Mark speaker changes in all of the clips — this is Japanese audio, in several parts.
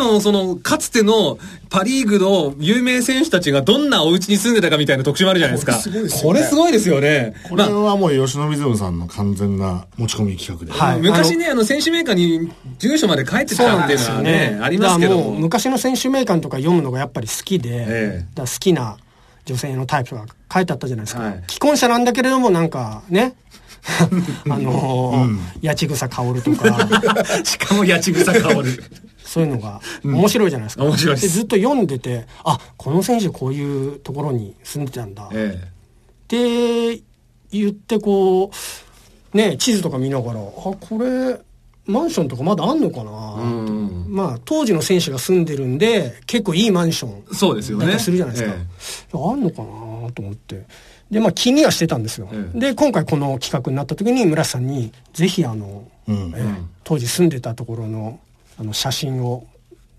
Speaker 1: の、その、かつてのパリーグの有名選手たちがどんなお家に住んでたかみたいな特集もあるじゃないですか。こ
Speaker 2: こ
Speaker 1: れ
Speaker 2: れ
Speaker 1: す
Speaker 2: す
Speaker 1: ごいですよね。
Speaker 3: これはもう吉野瑞さんの完全な持ち込み企画で。
Speaker 2: はい
Speaker 1: 昔ね、あの、選手メーカーに住所まで書いて
Speaker 2: そう
Speaker 1: た
Speaker 2: な
Speaker 1: っ
Speaker 2: ん
Speaker 1: てい
Speaker 2: で
Speaker 1: うの
Speaker 2: す
Speaker 1: は
Speaker 2: よ
Speaker 1: ね、
Speaker 2: ね。
Speaker 1: ありますけど
Speaker 2: だからう
Speaker 1: も。
Speaker 2: 昔の選手名鑑とか読むのがやっぱり好きで、
Speaker 1: ええ
Speaker 2: だから好きな女性のタイプが書いてあったじゃないですか。
Speaker 1: はい
Speaker 2: 既婚者なんだけれどもなんか ね、あのー八千草薫と か、
Speaker 1: しかも、八千草薫。
Speaker 2: そういうのが面白いじゃないですか。
Speaker 1: 面白いです
Speaker 2: ずっと読んでて、あ、この選手こういうところに住んでたんだ。
Speaker 1: ええ。
Speaker 2: って言ってこうね地図とか見ながらあこれマンションとかまだあんの
Speaker 1: う
Speaker 2: かな、
Speaker 1: ん。
Speaker 2: まあ当時の選手が住んでるんで結構いいマンション
Speaker 1: そうですよ
Speaker 2: だった
Speaker 1: ね。
Speaker 2: りするじゃないですか、
Speaker 1: え
Speaker 2: あんのかなと思ってでまあ気にはしてたんですよ、
Speaker 1: ええ
Speaker 2: で今回この企画になった時に村瀬さんにぜひあの、
Speaker 3: うん
Speaker 2: ええ当時住んでたところのあの写真を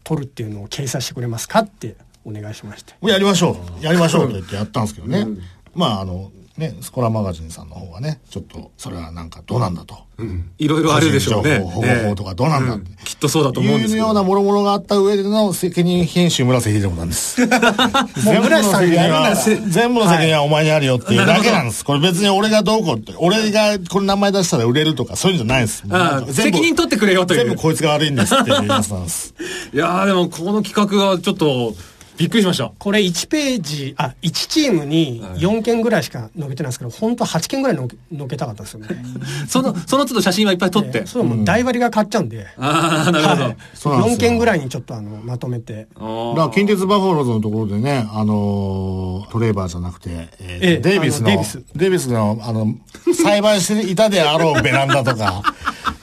Speaker 2: 撮るっていうのを掲載してくれますかってお願いしまして
Speaker 3: もうやりましょう。やりましょうと言ってやったんですけどね。まあ、あの、ね、スコラマガジンさんの方はね、ちょっと、それはなんかどうなんだと。
Speaker 1: えうんいろいろあるでしょうね。
Speaker 3: 個人情報保護法とかどうなんだって
Speaker 1: ええきっとそうだと思うんです
Speaker 3: い
Speaker 1: け
Speaker 3: う
Speaker 1: ど
Speaker 3: ような諸々があった上での責任編集村瀬秀夫な んです。全部の
Speaker 2: 村瀬さん
Speaker 3: 責
Speaker 2: が
Speaker 3: 任
Speaker 2: やる
Speaker 3: は、
Speaker 2: なら
Speaker 3: 全部の責任はお前にあるよっていうだけなんです。これ別に俺がどうこうって、俺がこの名前出したら売れるとかそういうんじゃないです。
Speaker 1: ああ責任取ってくれよという
Speaker 3: 全部こいつが悪いんですっていうやつなんです。
Speaker 1: いやーでもこの企画はちょっとびっくりしました。
Speaker 2: これ1ページあ1チームに4件ぐらいしか載けてないんですけど本当は8件ぐらい載け載けたかったんですよ ね
Speaker 1: その、その都度写真はいっぱい撮って。
Speaker 2: それはもう代割りが買っちゃうんで、
Speaker 1: ああ、なるほど。
Speaker 2: はい
Speaker 3: そうなんですよ
Speaker 2: 4件ぐらいにちょっとあのまとめて
Speaker 1: あー
Speaker 3: だから近鉄バファローズのところでね、あのートレーバーじゃなくて、えー
Speaker 2: ええ
Speaker 3: デイビスの、
Speaker 2: あ
Speaker 3: デ
Speaker 2: の
Speaker 3: イ
Speaker 2: デ
Speaker 3: ビ
Speaker 2: イビ
Speaker 3: ス
Speaker 2: ス
Speaker 3: の、あの、栽培していたであろうベランダとか、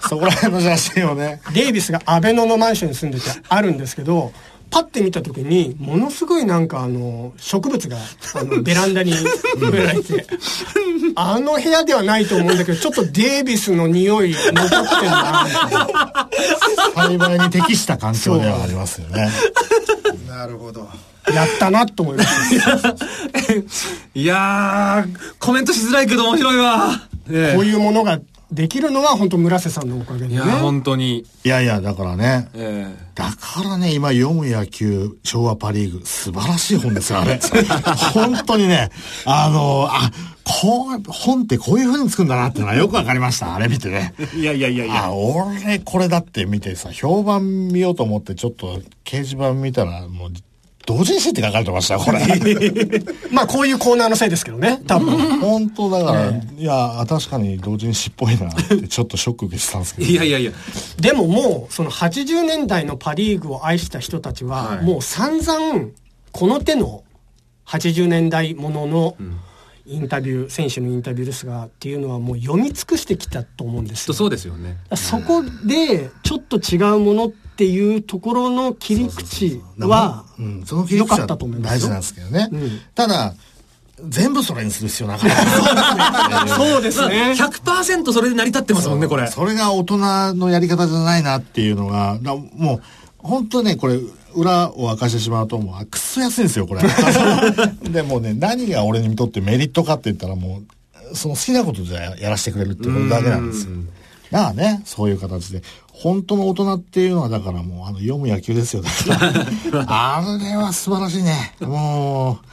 Speaker 3: そこら辺の写真をね、
Speaker 2: デイビスがアベノのマンションに住んでてあるんですけどパッて見た時にものすごいなんかあの植物が あのベランダに植えられてあの部屋ではないと思うんだけどちょっとデイビスの匂い残ってるなみたいな
Speaker 3: 栽培に適した環境ではありますよね。
Speaker 4: なるほど。
Speaker 2: やっ たなと思いました
Speaker 1: いやー、コメントしづらいけど面白いわ。ええ
Speaker 2: こういうものができるのは本当村瀬さんのおかげで
Speaker 1: い
Speaker 2: ね
Speaker 1: やー、本当に。
Speaker 3: いやいや、だからね、
Speaker 1: ええ
Speaker 3: だからね、今読む野球、昭和パリーグ、素晴らしい本ですよ、あれ。本当にね、あのーあ、こう、本ってこういう風に作るんだなってのはよくわかりました、あれ見てね。
Speaker 1: いやいやいやいや。
Speaker 3: あ、俺これだって見てさ、評判見ようと思ってちょっと掲示板見たら、もう、同人誌って書かれてましたよ、 これ。
Speaker 2: まあこういうコーナーのせいですけどね多分
Speaker 3: 本当だから、いや、確かに同人誌っぽいなってちょっとショック受けてたんですけど。
Speaker 1: いやいやいや。
Speaker 2: でももうその80年代のパ・リーグを愛した人たち
Speaker 1: は
Speaker 2: はいもう散々この手の80年代もののインタビュー選手のインタビューですがっていうのはもう読み尽くしてきたと思うん
Speaker 1: き
Speaker 2: で
Speaker 1: っ
Speaker 2: す
Speaker 1: と
Speaker 2: よ
Speaker 1: そうですよね。
Speaker 2: そこでちょっと違うものっていうところの切り口は
Speaker 3: うん、その切り
Speaker 2: 良
Speaker 3: 口
Speaker 2: か
Speaker 3: は
Speaker 2: ったと思いま
Speaker 3: 大
Speaker 2: す
Speaker 3: 事
Speaker 2: よ
Speaker 3: なんですけどね。
Speaker 2: ん
Speaker 3: ただ、全部それにする必要なかった。
Speaker 2: そうですね
Speaker 1: まあ100%それで成り立ってますもんね、これ。
Speaker 3: それが大人のやり方じゃないなっていうのが、なもう、本当ね、これ、裏を明かしてしまうと、もう、あくっそ安いんですよ、これ。 で、もうね、何が俺にとってメリットかって言ったら、もう、その好きなことじゃやらせてくれるってことだけなんですよ。だからね、そういう形で。本当の大人っていうのは、だからもう、あの、読む野球ですよ、だから。 あれは素晴らしいね。もう、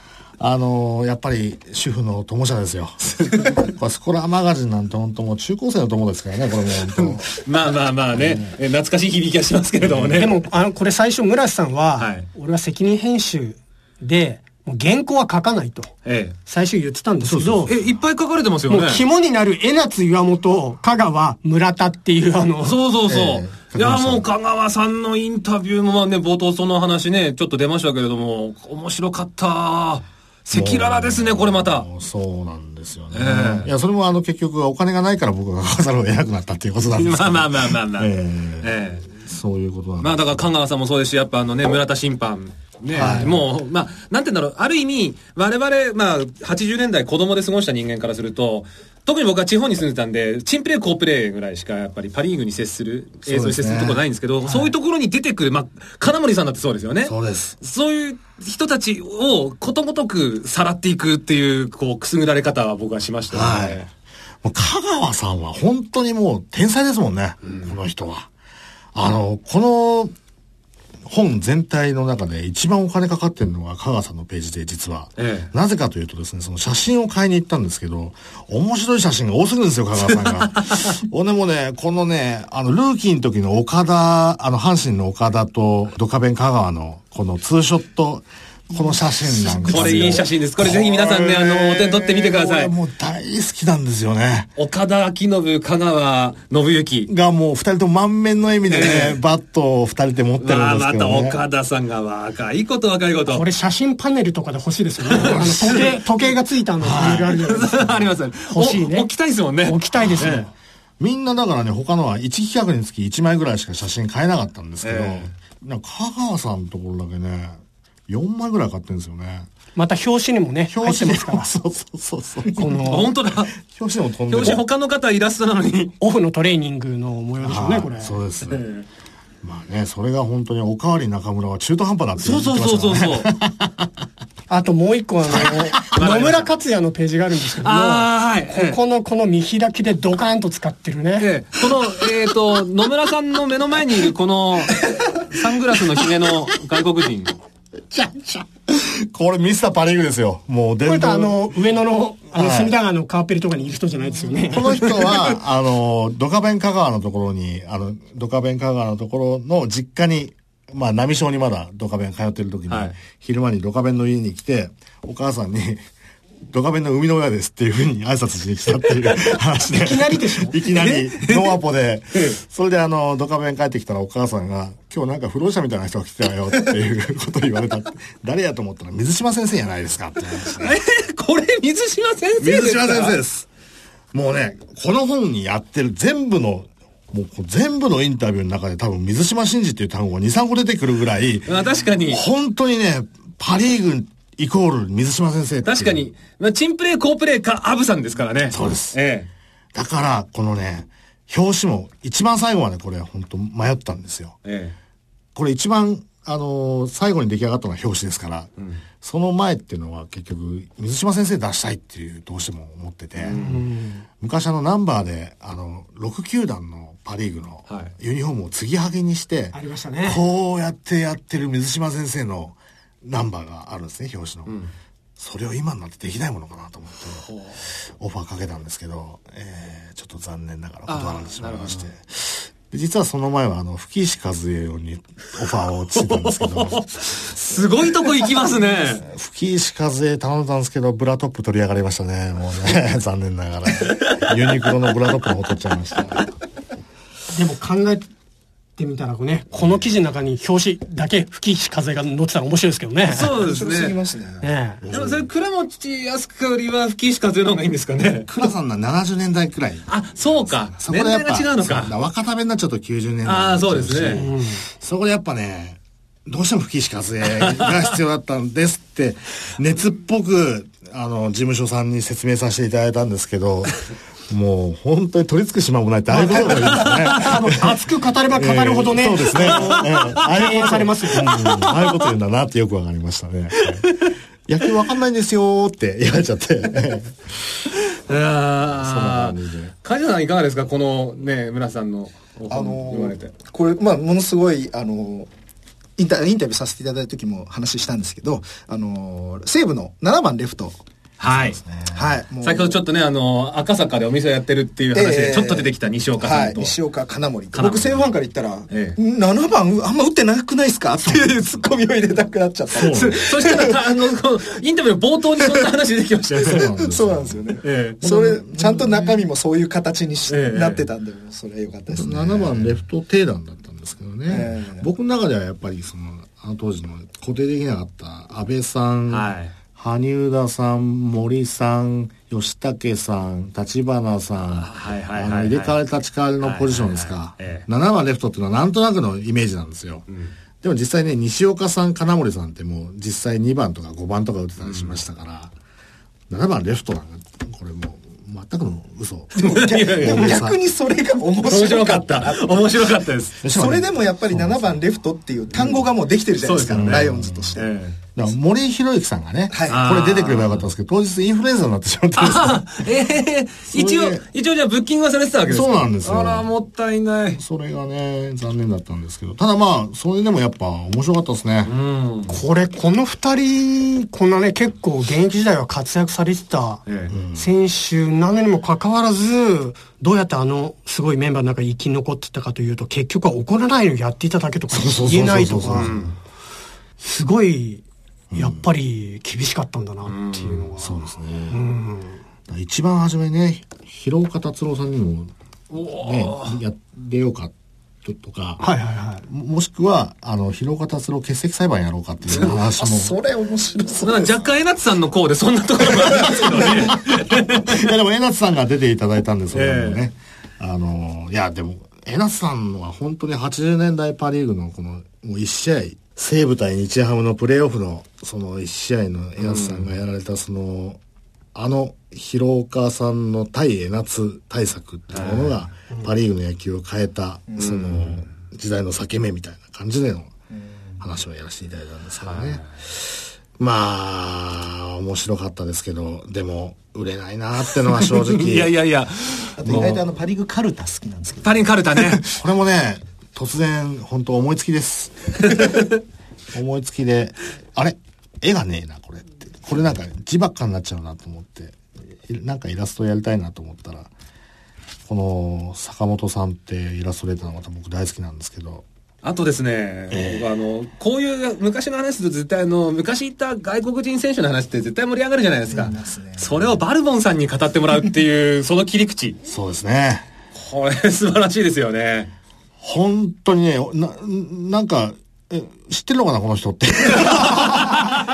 Speaker 3: あのやっぱり主婦の友者ですよ。 これスコラマガジンなんて本当もう中高生の友ですからね、これも本
Speaker 1: まあまあまあね、え懐かしい響きはしますけれどもね。
Speaker 2: でも、あの、これ最初、村瀬さんは、
Speaker 1: はい
Speaker 2: 俺は責任編集で、もう原稿は書かないと、
Speaker 1: え
Speaker 2: 最初言ってたんですけど、
Speaker 1: え。え、いっぱい書かれてますよ
Speaker 2: も
Speaker 1: ね。
Speaker 2: う肝になる江夏岩本、香川村田っていう、あの、
Speaker 1: そうそうそう。
Speaker 3: ええ
Speaker 1: いや、もう香川さんのインタビューもまあね、冒頭その話ね、ちょっと出ましたけれども、面白かった。赤裸々ですね、これまた
Speaker 3: 当。もうそうなんですよね。
Speaker 1: ええ
Speaker 3: いや、それもあの結局お金がないから僕が書かざるを得なくなったっていうことなんですけ
Speaker 1: まあ
Speaker 3: ど。
Speaker 1: まあまあまあまあ。
Speaker 3: ええ
Speaker 1: ええ
Speaker 3: そういうことなんで
Speaker 1: まあだから香川さんもそうですし、やっぱあのね、村田審判。ね、
Speaker 3: はい
Speaker 1: もう、まあ、なんて言うんだろう、ある意味、我々、まあ、80年代子供で過ごした人間からすると、特に僕は地方に住んでたんで、チンプレー、コープレーぐらいしか、やっぱりパリーグに接する、映像に接するところないんですけど、そう,、いうところに出てくる、まあ、金森さんだってそうですよね。
Speaker 3: そうです。
Speaker 1: そういう人たちをことごとくさらっていくっていう、こう、くすぐられ方は僕はしました、ね。
Speaker 3: はい。もう香川さんは本当にもう天才ですもんね、この人は。あの、この、本全体の中で一番お金かかってるのが香川さんのページで実は、
Speaker 1: ええ
Speaker 3: なぜかというとですね、その写真を買いに行ったんですけど、面白い写真が多すぎるんですよ、香川さんが。 俺もね、このね、あの、ルーキーの時の岡田、あの、阪神の岡田とドカベン香川のこのツーショット、この写真なんですよ
Speaker 1: これいい写真ですこれぜひ皆さんねあのお手に取ってみてください
Speaker 3: これもう大好きなんですよね。
Speaker 1: 岡田昭信、香川信之。
Speaker 3: がもう二人とも満面の笑みでね、
Speaker 1: ええ
Speaker 3: バットを二人で持ってる
Speaker 1: まあ、
Speaker 3: んです
Speaker 1: ま
Speaker 3: け
Speaker 1: た
Speaker 3: ど、ね。
Speaker 1: 岡田さんが若いこと若いこと。
Speaker 2: これ写真パネルとかで欲しいですよね。あの時計、時計がついたのパネルあるじゃないですか。
Speaker 1: あります。
Speaker 2: 欲しいね
Speaker 1: お置きたいですもんね。
Speaker 2: 置きたいですよ。
Speaker 3: みんなだからね、他のは1企画につき1枚ぐらいしか写真買えなかったんですけど、
Speaker 1: え
Speaker 3: なんか香川さんのところだけね、4枚ぐらい買ってるんですよね。
Speaker 2: また表紙にもね、入ってますから。
Speaker 3: そうそうそうそう。
Speaker 2: こ
Speaker 1: あ
Speaker 2: の、
Speaker 1: 本当だ。
Speaker 3: 表紙でも飛んで
Speaker 1: 表紙他の方イラストなのに。
Speaker 2: オフのトレーニングの模様でしょう
Speaker 3: は
Speaker 2: ね、
Speaker 3: い
Speaker 2: これ。
Speaker 3: そうです。
Speaker 1: え
Speaker 3: まあね、それが本当におかわり中村は中途半端だって
Speaker 1: そ
Speaker 3: 言
Speaker 1: う
Speaker 3: って
Speaker 1: そう
Speaker 3: ま
Speaker 1: そう
Speaker 3: した
Speaker 1: そ
Speaker 3: から
Speaker 1: う
Speaker 3: ね。
Speaker 1: そう。
Speaker 2: あともう一個あの、野村克也のページがあるんですけども、
Speaker 1: あーはい
Speaker 2: ここのこの見開きでドカーンと使ってるね。
Speaker 1: ええこの、えっ、と、野村さんの目の前にいるこ の、サングラスのひげの外国人。
Speaker 3: これミスターパリングですよ。もう
Speaker 2: こ
Speaker 3: 伝
Speaker 2: れとあ
Speaker 3: 統。
Speaker 2: の、上野の、あの、
Speaker 3: はい
Speaker 2: 隅田川のカーペリとかにいる人じゃないですよね。
Speaker 3: この人は、 あの、ドカベン香川のところに、あの、ドカベン香川のところの実家に、まあ、波小にまだドカベン通ってる時に、
Speaker 1: はい
Speaker 3: 昼間にドカベンの家に来て、お母さんに、 ドカベンの生みの親ですっていうふうに挨拶しに来たって いう話で。い
Speaker 2: きなりでしょ
Speaker 3: いきなり、ノーアポで。それであの、ドカベン帰ってきたらお母さんが、今日なんか不老者みたいな人が来てたよっていうことを言われたって。誰やと思ったら水島先生じゃないですかって話で。
Speaker 1: これ水島先生ですか
Speaker 3: 水島先生です。もうね、この本にやってる全部の、もうこう全部のインタビューの中で多分水島真司っていう単語が2、3個出てくるぐらい、
Speaker 1: まあ確かに。
Speaker 3: 本当にね、パリーグイコール水島先生っていう
Speaker 1: 確かに。。まあ、チンプレー、コープレーか、アブさんですからね。
Speaker 3: そうです
Speaker 1: え
Speaker 3: だから、このね、表紙も一番最後までこれ本当迷ったんですよ。
Speaker 1: えええ
Speaker 3: これ一番、あのー最後に出来上がったのが表紙ですから、その前っていうのは結局、水島先生出したいっていう、どうしても思ってて、昔あのナンバーで、あの、6球団のパリーグの
Speaker 1: は
Speaker 3: ユニフォームを継ぎはぎにして、
Speaker 2: ありましたね
Speaker 3: こうやってやってる水島先生のナンバーがあるんですね、表紙の。それを今になってできないものかなと思って、オファーかけたんですけど、えーちょっと残念ながら断られてしまいまして。で実はその前は、あの、吹石和恵にオファーをしてたんですけ ど、
Speaker 1: すごいとこ行きますね。
Speaker 3: 吹石和恵頼んだんですけど、ブラトップ取り上がりましたね。もうね、 残念ながら。ユニクロのブラトップの方取っちゃいました。
Speaker 2: でも考えてみたらね、この記事の中に表紙だけ吹き石風が載ってたら面白いですけどね。
Speaker 1: そうです
Speaker 4: 白すぎ
Speaker 1: ね。
Speaker 4: ますね。
Speaker 2: ねえ
Speaker 1: でもそれ、倉持康香よりは、吹石和代の方がいいんですかね。
Speaker 3: 倉さんのは70年代くらい。
Speaker 1: あ、そうか。
Speaker 3: そこ
Speaker 1: 年
Speaker 3: でやっ
Speaker 1: 代
Speaker 3: ぱ、
Speaker 1: が違うの
Speaker 3: そ
Speaker 1: か。
Speaker 3: だ若ためになっちゃうと90年代。
Speaker 1: ああ、そうです。ね。
Speaker 3: そこでやっぱね、どうしても吹石和恵が必要だったんで すって、熱っぽく、あの、事務所さんに説明させていただいたんですけど、もう本当に取り付く島もないってああいうことがいいです ね。
Speaker 2: あの熱く語れば語るほどね、
Speaker 3: えーそうですね。えーああいうこと
Speaker 2: されますよ
Speaker 3: うんああいうこと言うんだなってよくわかりまし たね。野球わかんないんですよーって言われちゃって。
Speaker 1: ああ
Speaker 3: そんな感じで。
Speaker 1: 梶田さんいかがですかこのね、村さんのお
Speaker 4: あ
Speaker 1: 本
Speaker 4: の
Speaker 1: 言われて。
Speaker 4: これ、まあ、ものすごい、あのインタ、インタビューさせていただいた時も話したんですけど、あの西武の7番レフト。
Speaker 1: はい。
Speaker 4: はい。もう
Speaker 1: 先ほどちょっとね、あの、赤坂でお店をやってるっていう話
Speaker 4: え
Speaker 1: で、
Speaker 4: え
Speaker 1: ちょっと出てきた西岡さんと。
Speaker 4: はい、西岡金森
Speaker 1: 金森
Speaker 4: 僕西武ファンから言ったら、
Speaker 1: ええ
Speaker 4: 7番あんま打ってなくないですかっていうツッコミを入れたくなっちゃったんです
Speaker 1: そしたら、 たあの、こうインタビューの冒頭にそんな話出てきましたよね。
Speaker 4: そうなんですよね、
Speaker 1: ええ
Speaker 4: それちゃんと中身もそういう形にし、
Speaker 1: ええ
Speaker 4: なってたんでそれは良かったですね
Speaker 3: 7番レフト低弾だったんですけどね、
Speaker 4: ええ
Speaker 3: 僕の中ではやっぱりそのあの当時の固定できなかった安倍さん、
Speaker 1: はい
Speaker 3: 羽生田さん森さん吉武さん立花さん、
Speaker 1: はいはいはい
Speaker 3: あ
Speaker 1: はい
Speaker 3: の入れ替わり立ち替わりのポジションですか、
Speaker 1: はいはいはいええ
Speaker 3: 7番レフトっていうのはなんとなくのイメージなんですよ、でも実際ね西岡さん金森さんってもう実際2番とか5番とか打ってたりしましたから、7番レフトなんかこれもう全くの嘘
Speaker 4: でも逆にそれが面
Speaker 1: 面
Speaker 4: 白
Speaker 1: 白
Speaker 4: か
Speaker 1: か
Speaker 4: っ
Speaker 1: ったた。 面白かったです。
Speaker 4: それでもやっぱり7番レフトっていう単語がもうできてるじゃないですか、
Speaker 1: そうですよね
Speaker 4: ライオンズとして、
Speaker 1: ええ
Speaker 3: だから森博之さんがね、
Speaker 4: はい
Speaker 3: これ出てくればよかったんですけど、当日インフルエンザになってしまったんですよ
Speaker 1: あええ一応
Speaker 3: それで、
Speaker 1: 一応じゃあブッキングはされてたわけですか
Speaker 3: そうなんですよ
Speaker 1: あら、もったいない。
Speaker 3: それがね、残念だったんですけど、ただまあ、それでもやっぱ面白かったですね。
Speaker 1: うん。
Speaker 2: これ、この二人、こんなね、結構現役時代は活躍されてた
Speaker 1: ええ
Speaker 2: 選手なのにもかかわらず、どうやってあのすごいメンバーの中に生き残ってたかというと、結局は怒らないのやっていただけとか
Speaker 3: そうそうそうそうそう
Speaker 2: 言えないと
Speaker 3: う
Speaker 2: か
Speaker 3: ん、
Speaker 2: すごい、やっぱり厳しかったんだなっていうのは。
Speaker 3: そうですね。だから一番初めね、広岡達郎さんにも、ね、やってようかととか、
Speaker 2: はいはいはい。
Speaker 3: ももしくは、あの、広岡達郎欠席裁判やろうかっていう話
Speaker 4: あ
Speaker 3: も。
Speaker 4: それ面白そう
Speaker 1: なんか若干江夏さんのこうでそんなところもありますけどね。
Speaker 3: いやでも江夏さんが出ていただいたんですけどもね、あのいやでも江夏さんは本当に80年代パ・リーグのこのもう1試合西武対日ハムのプレーオフのその1試合の江夏さんがやられたその、あの広岡さんの対江夏対策っていうものがパ・リーグの野球を変えた、その時代の裂け目みたいな感じでの話をやらせていただいたんですけどね。まあ、面白かったですけど、でも、売れないなってのは正 直。
Speaker 1: いやいやいや。
Speaker 4: あと意外とあのパ・リーグカルタ好きなん ですけど
Speaker 1: パリンカルタね。
Speaker 3: これもね、突然、本当思いつき です。思いつきで、あれ絵がねえな、これって。これなんか字ばっかになっちゃうなと思って、いなんかイラストやりたいなと思ったら、この坂本さんってイラストレーターの方僕大好きなんですけど、
Speaker 1: あとですね、僕あの、こういう昔の話すると絶対あの、昔行った外国人選手の話って絶対盛り上がるじゃないですか。
Speaker 4: すね
Speaker 1: それをバルボンさんに語ってもらうっていう、その切り口。
Speaker 3: そうですね。
Speaker 1: これ素晴らしいですよね。
Speaker 3: 本当にね、な、なんか、え知ってるのかな、この人って。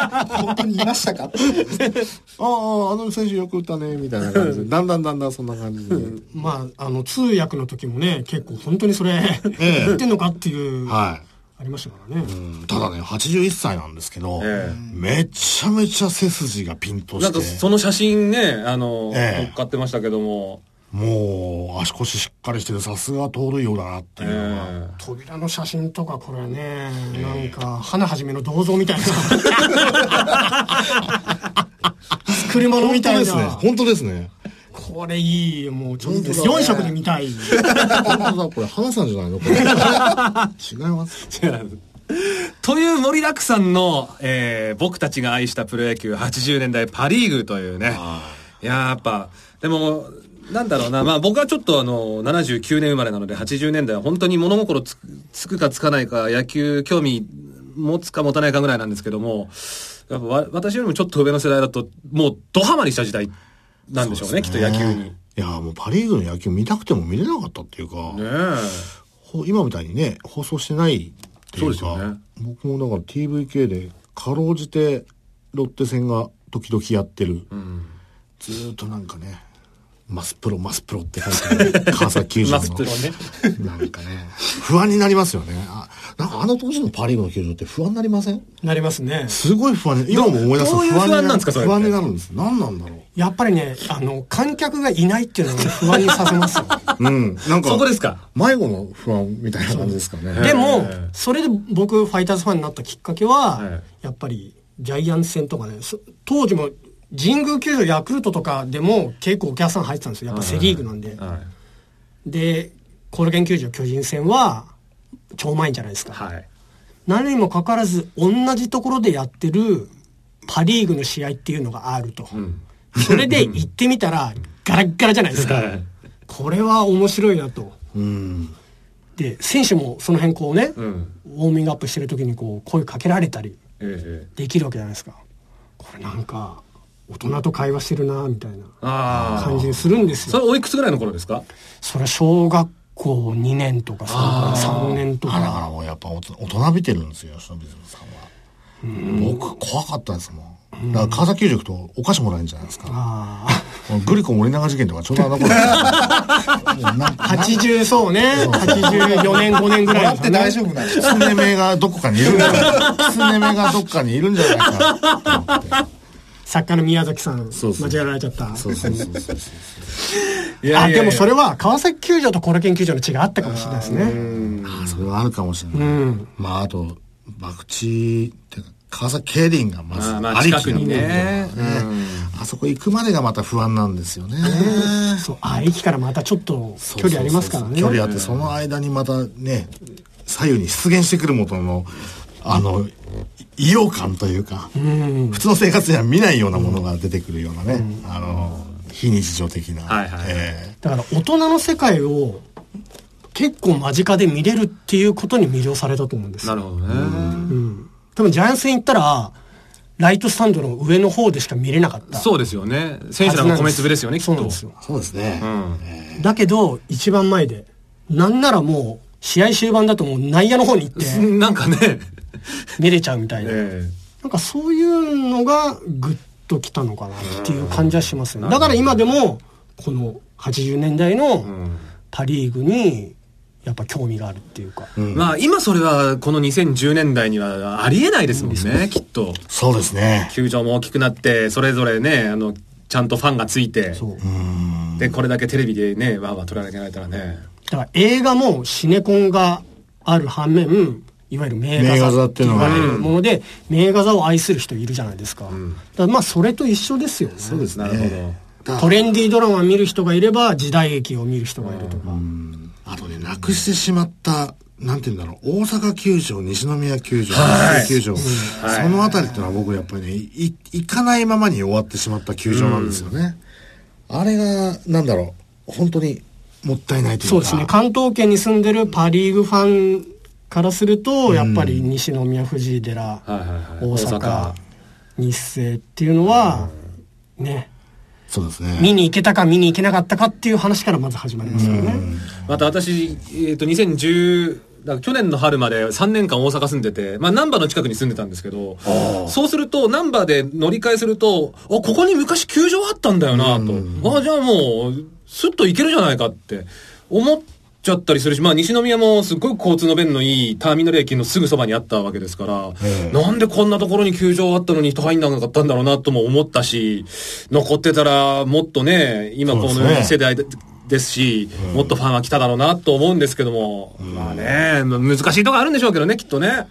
Speaker 4: 本当にいましたか
Speaker 3: ああ、あの選手よく打ったね、みたいな感じで。だんだんだんだんそんな感じで。
Speaker 2: まあ、あの、通訳の時もね、結構本当にそれ、
Speaker 3: ええ
Speaker 2: 言ってんのかっていう、あ
Speaker 3: は
Speaker 2: りましたからね。
Speaker 3: い。うんただね、81歳なんですけど、
Speaker 1: ええ
Speaker 3: めちゃめちゃ背筋がピンと
Speaker 1: なんか
Speaker 3: して、
Speaker 1: その写真ね、あの、
Speaker 3: ええ
Speaker 1: 乗っかってましたけども。
Speaker 3: もう足腰しっかりしてる、さすが盗塁王だなっていうのが、
Speaker 1: え
Speaker 2: 扉の写真とかこれね、なんか花はじめの銅像 みたいな作り物み
Speaker 3: 本
Speaker 2: た
Speaker 3: 当
Speaker 2: い
Speaker 3: ですね。
Speaker 2: な、
Speaker 3: 本当ですね。
Speaker 2: これいいよもう上手です
Speaker 4: 本当だ
Speaker 2: 4色で見たい
Speaker 3: 本当だ、これ、花さんじゃな いのこれ。違います。
Speaker 1: という盛りだくさんの、えー僕たちが愛したプロ野球80年代パ・リーグというね。いやーやっぱ、でも、なんだろうな、まあ僕はちょっとあの、79年生まれなので80年代は本当に物心つつくかつかないか野球興味持つか持たないかぐらいなんですけども、やっぱわ私よりもちょっと上の世代だと、もうドハマりした時代なんでしょうね、きっと野球に。ね
Speaker 3: ねいや、もうパリーグの野球見たくても見れなかったっていうか、
Speaker 1: え。
Speaker 3: ほ今みたいにね、放送してないってい
Speaker 1: そう
Speaker 3: う
Speaker 1: ですよ
Speaker 3: か
Speaker 1: ね、
Speaker 3: 僕もだから TVK で、かろうじてロッテ戦が時々やってる。ずーっとなんかね、マスプロ、マスプロって書いてある、川崎球場の。
Speaker 1: マスプロね。
Speaker 3: なんかね、不安になりますよね。あ、なんかあの当時のパリーグの球場って不安になりません
Speaker 2: なりますね
Speaker 3: すごい不安に、今も思い出す
Speaker 1: どういう不安なんですかそれって
Speaker 3: 不安になるんです。何なんだろ
Speaker 2: やっぱりねあの観客がいないっていうのが不安にさせますよ
Speaker 3: う。うん。なんか、
Speaker 1: そこですか。
Speaker 3: 迷子の不安みたいな感じですかね。
Speaker 2: でもそれで僕ファイターズファンになったきっかけは、
Speaker 1: え
Speaker 2: やっぱりジャイアンツ戦とかねそ当時も神宮球場ヤクルトとかでも結構お客さん入ってたんですよやっぱセ・リーグなんで、
Speaker 1: はい。
Speaker 2: でコールゲン球場巨人戦は超満員じゃないですか、
Speaker 1: はい。
Speaker 2: 何にもかかわらず同じところでやってるパ・リーグの試合っていうのがあると、それで行ってみたらガラッガラじゃないです か、
Speaker 1: はい
Speaker 2: これは面白いなと
Speaker 3: うん。
Speaker 2: で選手もその辺こうね、
Speaker 1: うん。
Speaker 2: ウォーミングアップしてる時にこう声かけられたり
Speaker 1: ええ。
Speaker 2: できるわけじゃないですかこれなんか大人と会話してるなみたいな
Speaker 1: ああ。
Speaker 2: 感じするんです
Speaker 1: そ
Speaker 2: よ
Speaker 1: れおいくつぐらいの頃ですか
Speaker 2: それは小学校2年とかそれから3年と
Speaker 3: あだか
Speaker 2: から
Speaker 3: もうやっぱ大人大人びてるんですよ、吉野水さんは。僕、怖かったですもん。だから川崎球場行くとお菓子もらえるんじゃないですか。
Speaker 2: ああ
Speaker 3: このグリコ森永事件とかちょうどあの頃もうなんか
Speaker 2: 80そうね84年5年ぐ
Speaker 4: 笑
Speaker 2: らいだ
Speaker 4: って大丈
Speaker 2: 夫
Speaker 4: 夫なんです
Speaker 3: キ
Speaker 4: か
Speaker 3: ツネ目がどこかにいるんじゃないキツネ目がどっかにいるんじゃないかと思って。
Speaker 2: 作家の宮崎さん
Speaker 3: そうそう
Speaker 2: 間違えられちゃった
Speaker 3: そうそうそうそうそう。
Speaker 1: い
Speaker 2: あでもそ
Speaker 1: れ
Speaker 2: れは川崎球場とコロケン球場の違いあったかもしれないですね
Speaker 3: ああ、それはあるかもしれない。
Speaker 2: うん
Speaker 3: まあ、あと、博打っていうか川崎競輪がまず
Speaker 1: あーまあ
Speaker 3: あり
Speaker 1: 近
Speaker 3: き
Speaker 1: く
Speaker 3: なん
Speaker 1: に
Speaker 3: で
Speaker 1: ね
Speaker 3: ねあそこ行くまでがまた不安なんですよね。
Speaker 2: そう、あ、駅からまたちょっと距離ありますからね。
Speaker 3: 距離あって、その間にまたね、左右に出現してくるものの、あの、異様感というか、
Speaker 2: うん。
Speaker 3: 普通の生活には見ないようなものが出てくるようなね、あの、非日常的な。
Speaker 1: はいはい
Speaker 3: え
Speaker 2: だから大人の世界を結構間近で見れるっていうことに魅了されたと思うんですよ
Speaker 1: なるほどね。
Speaker 2: うん。多分ジャイアンツ戦行ったら、ライトスタンドの上の方でしか見れなかった。
Speaker 1: そうですよね。選手らも米粒ですよね、きっと。
Speaker 2: そうなんですよ。
Speaker 3: ーそうですね。
Speaker 1: うん
Speaker 2: だけど、一番前で。なんならもう、試合終盤だともう内野の方に行って
Speaker 1: なんかね、
Speaker 2: 見れちゃうみたいな。
Speaker 1: え
Speaker 2: なんかそういうのがグッときたのかなっていう感じはしますね。だから今でも、この80年代の
Speaker 1: えうん
Speaker 2: パリーグに、やっぱ興味があるっていうか。
Speaker 1: まあ今それはこの2010年代にはありえないですもんね、きっと。
Speaker 3: そうですね。
Speaker 1: 球場も大きくなって、それぞれね、あの、ちゃんとファンがついて、
Speaker 2: そう。
Speaker 3: うん。
Speaker 1: で、これだけテレビでね、わーわー取り上げられたらね。
Speaker 2: だから映画もシネコンがある反面、いわゆる名
Speaker 3: 名
Speaker 2: 画
Speaker 3: 画
Speaker 2: 座
Speaker 3: 座
Speaker 2: っ
Speaker 3: ってて
Speaker 2: 言
Speaker 3: の
Speaker 2: わ
Speaker 3: が
Speaker 2: れるもので、名画座を愛する人いるじゃないですか。だからまあそれと一緒ですよね。
Speaker 3: そうですね。
Speaker 1: なるほど。
Speaker 3: だ
Speaker 2: トレンディードラマ見る人がいれば、時代劇を見る人がいるとか。
Speaker 3: あとね、なくしてしまった、なんて言うんだろう、大阪球場、西宮球場、
Speaker 1: はい
Speaker 3: 西球場、
Speaker 1: はい
Speaker 3: そのあたりってのは僕やっぱりね、い行かないままに終わってしまった球場なんですよね。あれが、なんだろう、本当にもったいないというか。
Speaker 2: そうですね。関東圏に住んでるパリーグファンからすると、やっぱり西宮、藤井寺、
Speaker 1: はいはいはい。
Speaker 2: 大阪、日生っていうのは、ね、
Speaker 3: そうですね。
Speaker 2: 見に行けたか見に行けなかったかっていう話からまず始まりますからね。
Speaker 1: また私、えっ、と、2010、だから去年の春まで3年間大阪住んでて、まあ、難波の近くに住んでたんですけど、そうすると、難波で乗り換えすると、あ、ここに昔球場あったんだよな、と。あ、じゃあもう、スッと行けるじゃないかって思っちゃったりするし、まあ、西宮もすごい交通の便のいいターミナル駅のすぐそばにあったわけですから、
Speaker 3: ええ
Speaker 1: なんでこんなところに球場あったのに人入んなかったんだろうな、とも思ったし、残ってたら、もっとね、今こ
Speaker 3: そう
Speaker 1: の
Speaker 3: です
Speaker 1: 世世代
Speaker 3: ね
Speaker 1: ですし、もっとファンは来ただろうなと思うんですけども、まあね、難しいとこあるんでしょうけどね、きっとね。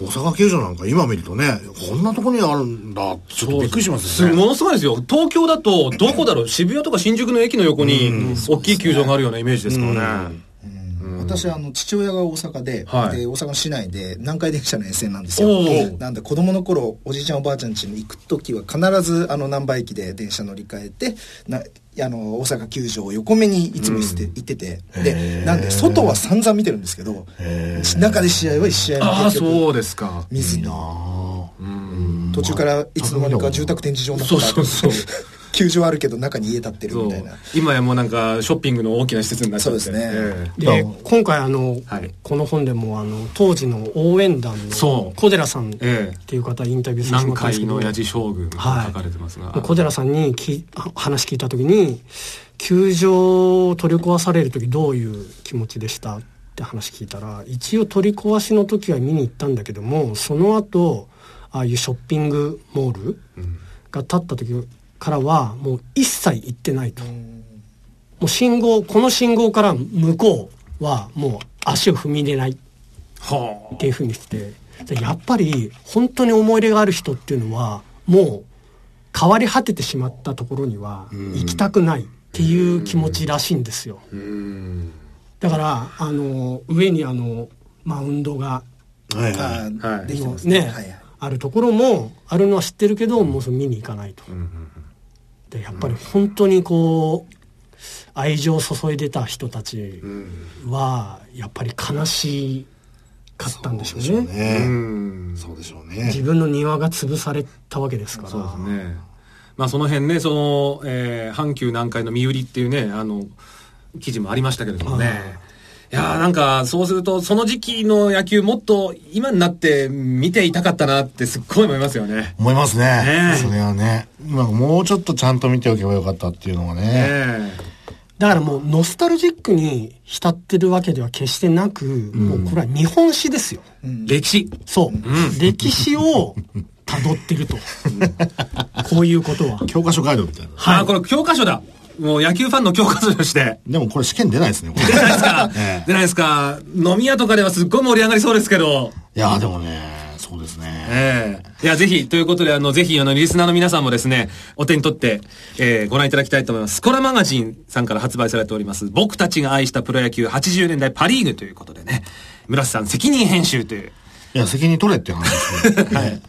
Speaker 3: 大阪球場なんか今見るとね、こんなとこにあるんだ、ちょっとびっくりしますよね。
Speaker 1: ものすごいですよ。東京だと、どこだろう、渋谷とか新宿の駅の横に、大きい球場があるようなイメージですからね。
Speaker 4: 私あの父親が大阪で,、
Speaker 1: はい
Speaker 4: で大阪市内で南海電車の沿線なんです
Speaker 1: お
Speaker 4: よ
Speaker 1: ー
Speaker 4: なんで子供の頃おじいちゃんおばあちゃん家に行く時は必ずあの難波駅で電車乗り換えてなあの大阪球場を横目にいつも行って,、行っててでなんで外は散々見てるんですけど中で試合は1試合
Speaker 1: あ
Speaker 4: も
Speaker 1: あ、
Speaker 4: 結局
Speaker 1: そうですか。
Speaker 4: 見ずに途中からいつの間にか住宅展示場になった
Speaker 1: そうそうそう
Speaker 4: 球場あるけど中に家建ってる
Speaker 1: そ
Speaker 4: み
Speaker 1: う
Speaker 4: たいな。
Speaker 1: 今やもうなんか、ショッピングの大きな施設になっちゃって。
Speaker 4: そうですね
Speaker 1: ええ
Speaker 2: で今回あの、
Speaker 1: はい
Speaker 2: この本でもあの当時の応援団
Speaker 1: そ
Speaker 2: の
Speaker 1: う
Speaker 2: 小寺さんっ
Speaker 1: ええ
Speaker 2: ていう方インタビューさせ
Speaker 1: 南
Speaker 2: てもらったんです
Speaker 1: 海
Speaker 2: けど、
Speaker 1: の矢地将軍が書かれてますが。
Speaker 2: はい、小寺さんにき話聞いた時に球場を取り壊される時どういう気持ちでしたって話聞いたら一応取り壊しの時は見に行ったんだけどもその後ああいうショッピングモールが建った時からはもう一切行ってないと。もう信号この信号から向こうはもう足を踏み入れないっ
Speaker 1: はあ
Speaker 2: ていうふうにしててやっぱり本当に思い入れがある人っていうのはもう変わり果ててしまったところには行きたくないっていう気持ちらしいんですよ
Speaker 1: うん。
Speaker 2: だからあの上にあのマウンドが
Speaker 3: はい
Speaker 4: あ
Speaker 3: はい。
Speaker 4: ー
Speaker 1: はい
Speaker 4: できてますねは
Speaker 2: ね
Speaker 4: いはい
Speaker 2: あるところもあるのは知ってるけどもうそれ見に行かないと。でやっぱり本当にこう愛情を注いでた人たちはやっぱり悲しかったんでしょうね
Speaker 3: そうでしょう
Speaker 1: う
Speaker 3: ね。
Speaker 1: ん。
Speaker 3: そうでしょう
Speaker 2: 自
Speaker 3: ね。
Speaker 2: 分の庭が潰されたわけですから
Speaker 1: そうですね。まあその辺ね、その、えー阪急南海の身売りっていうね、あの、記事もありましたけれどもね。いやーなんか、そうすると、その時期の野球もっと今になって見ていたかったなってすっごい思いますよね。
Speaker 3: 思いますね
Speaker 1: ね。え
Speaker 3: それはね。まあもうちょっとちゃんと見ておけばよかったっていうのがね。
Speaker 1: え
Speaker 2: だからもうノスタルジックに浸ってるわけでは決してなく、もうこれは日本史ですよ
Speaker 1: え歴史。
Speaker 2: そう、歴史を辿ってるとこういうことは
Speaker 3: 教科書ガイドみたいな。
Speaker 1: はい。あー、これ教科書だ。もう野球ファンの教科書と して。
Speaker 3: でもこれ試験出ないです ね、これ。
Speaker 1: 出ないですか
Speaker 3: ええ
Speaker 1: 出ないですか飲み屋とかではすっごい盛り上がりそうですけど。
Speaker 3: いや、でもね、そうですね。
Speaker 1: ええいや、ぜひ、ということで、あの、ぜひ、あの、リスナーの皆さんもですね、お手に取って、えーご覧いただきたいと思います。スコラマガジンさんから発売されております、僕たちが愛したプロ野球80年代パリーグということでね、村瀬さん責任編集という。
Speaker 3: いや、責任取れっていう話で すね。はい。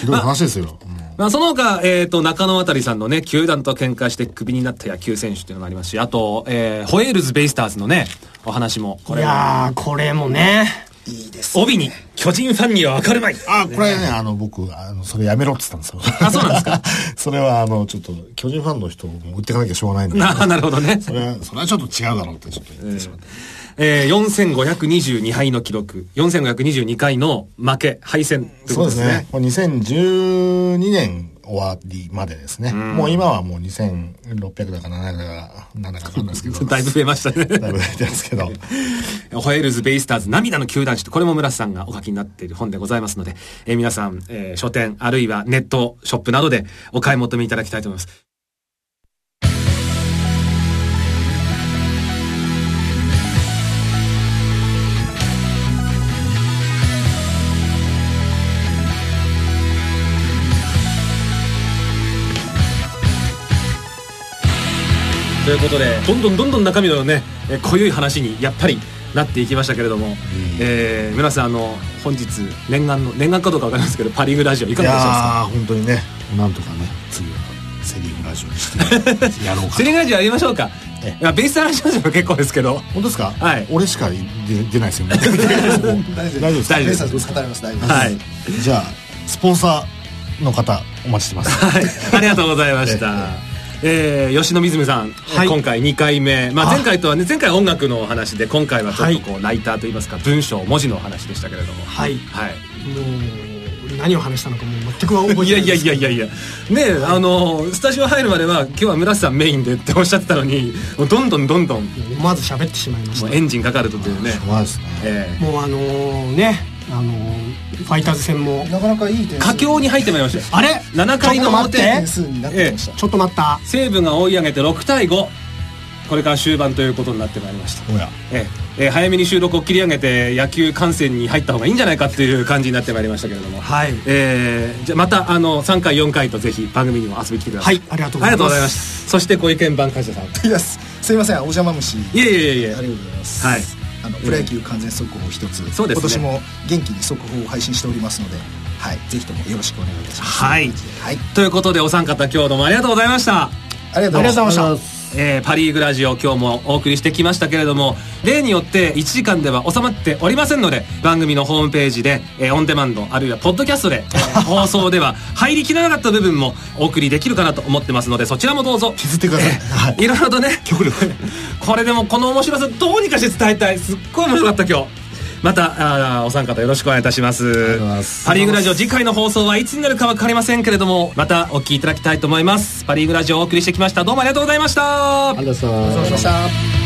Speaker 3: ひどい話ですよ。うん
Speaker 1: まあ、その他、えっ、と、中野あたりさんのね、球団と喧嘩してクビになった野球選手というのもありますし、あと、えーホエールズ・ベイスターズのね、お話も、こ
Speaker 2: い
Speaker 1: れは、
Speaker 2: やー、これもね。
Speaker 4: いいです。
Speaker 1: 帯に、巨人ファンにはわかるまい。
Speaker 3: あ、これね、あの、僕、あの、それやめろって言ったんですよ。
Speaker 1: あそうなんですか
Speaker 3: それは、あの、ちょっと、巨人ファンの人も売っていかなきゃしょうがないんで。
Speaker 1: ななる ほどね。
Speaker 3: それは、それはちょっと違うだろうってちょっと言ってしまって。
Speaker 1: えー、4522敗の記録、4522回の負け、敗戦という
Speaker 3: そ
Speaker 1: こ
Speaker 3: う
Speaker 1: とです
Speaker 3: で
Speaker 1: すね。
Speaker 3: ね。これ2012年終わりまでですね。もう今はもう2600だか700だか、700だかわ かんないですけど。
Speaker 1: だいぶ増えました
Speaker 3: だ
Speaker 1: ね。
Speaker 3: いぶ出てますけど。
Speaker 1: ホエールズ・ベイスターズ涙の球団史と、これも村瀬さんがお書きになっている本でございますので、えー皆さん、えー書店、あるいはネットショップなどでお買い求めいただきたいと思います。ということでどんどんどんどん中身のねえー濃ゆい話にやっぱりなっていきましたけれども、えー、村瀬さんあの本日念願の念願かどうかわかりますけどパ・リーグラジオいか
Speaker 3: い
Speaker 1: がでしたですか
Speaker 3: やー、本当にね、なんとかね、次はセリーグラジオにしてやろうか
Speaker 1: セリ
Speaker 3: な。
Speaker 1: ーグラジオやりましょうか
Speaker 3: え
Speaker 1: いやベイスターラジオでも結構ですけど
Speaker 3: 本当ですか
Speaker 1: はい
Speaker 3: 俺しか出出ないですよね。
Speaker 4: 大丈夫
Speaker 3: 大丈夫ですか
Speaker 1: 大丈夫
Speaker 4: レ
Speaker 1: で
Speaker 4: ー
Speaker 1: す
Speaker 4: サーズ語ります、大丈夫です。
Speaker 1: はい、
Speaker 3: じゃあ、スポンサーの方、お待ちしてます。
Speaker 1: はい、ありがとうございましたえー、吉野みずみさん、
Speaker 2: はい
Speaker 1: 今回2回目、まあ、
Speaker 2: あ
Speaker 1: 前回とはね前回は音楽のお話で今回はちょっとこう、ライターといいますか文章文字のお話でしたけれども
Speaker 2: はい
Speaker 1: はい
Speaker 2: もう、何を話したのかもう全くは覚えてない
Speaker 1: いやいやいやい
Speaker 2: や。
Speaker 1: やいやねえ、あのスタジオ入るまでは今日は村瀬さんメインでっておっしゃってたのにもうどんどんどんどんも
Speaker 2: 思わず喋ってしまいまし
Speaker 1: う
Speaker 2: た。
Speaker 1: エンジンかかるとというね、
Speaker 3: まあですね。
Speaker 1: え
Speaker 2: もうあのー、ね、あのー、ファイターズ戦も。
Speaker 4: なかなかいい点
Speaker 1: え佳
Speaker 4: 数
Speaker 1: 境に入ってまいりましたよ
Speaker 2: あれ
Speaker 1: 7回の表
Speaker 2: ちょっ
Speaker 4: 点
Speaker 2: と待って。
Speaker 4: 数になってました。
Speaker 2: ちょっと待った。
Speaker 1: 西武が追い上げて6対5これから終盤ということになってまいりました
Speaker 3: おや。
Speaker 1: ええええ早めに収録を切り上げて野球観戦に入った方がいいんじゃないかっていう感じになってまいりましたけれども
Speaker 2: はい
Speaker 1: ええじゃあまたあの3回4回とぜひ番組にも遊びに来てください
Speaker 2: はいありがとう
Speaker 1: あ
Speaker 2: ございます
Speaker 1: りがとうございましたそしてご意見番感謝さんい
Speaker 4: いやすすいませんお邪魔虫
Speaker 1: えいえいえい
Speaker 4: あり
Speaker 1: え
Speaker 4: がとうございます、
Speaker 1: はい
Speaker 4: あのプロ野球完全速報を一つ、
Speaker 1: そうですね
Speaker 4: 今年も元気に速報を配信しておりますので、はい、ぜひともよろしくお願いいたします
Speaker 1: はい
Speaker 4: はい、
Speaker 1: ということでお三方今日どうもありがとうございました、
Speaker 4: ありがとうございました
Speaker 1: えーパ・リーグラジオ今日もお送りしてきましたけれども例によって1時間では収まっておりませんので番組のホームページで、えーオンデマンドあるいはポッドキャストで、え ー放送では入りきらなかった部分もお送りできるかなと思ってますのでそちらもどうぞ
Speaker 3: 削ってください。はい。
Speaker 1: いろいろとね
Speaker 3: 極力。
Speaker 1: これでもこの面白さどうにかして伝えたいすっごい面白かった今日またあーお三方よろしくお願いいたします
Speaker 3: がとうございます
Speaker 1: パ・リーグラジオ次回の放送はいつになるかわかりませんけれどもまたお聞きいただきたいと思いますパ・リーグラジオをお送りしてきましたどうもありがとうございました
Speaker 3: ありがとうござい
Speaker 4: ありが
Speaker 3: ました
Speaker 4: とうございました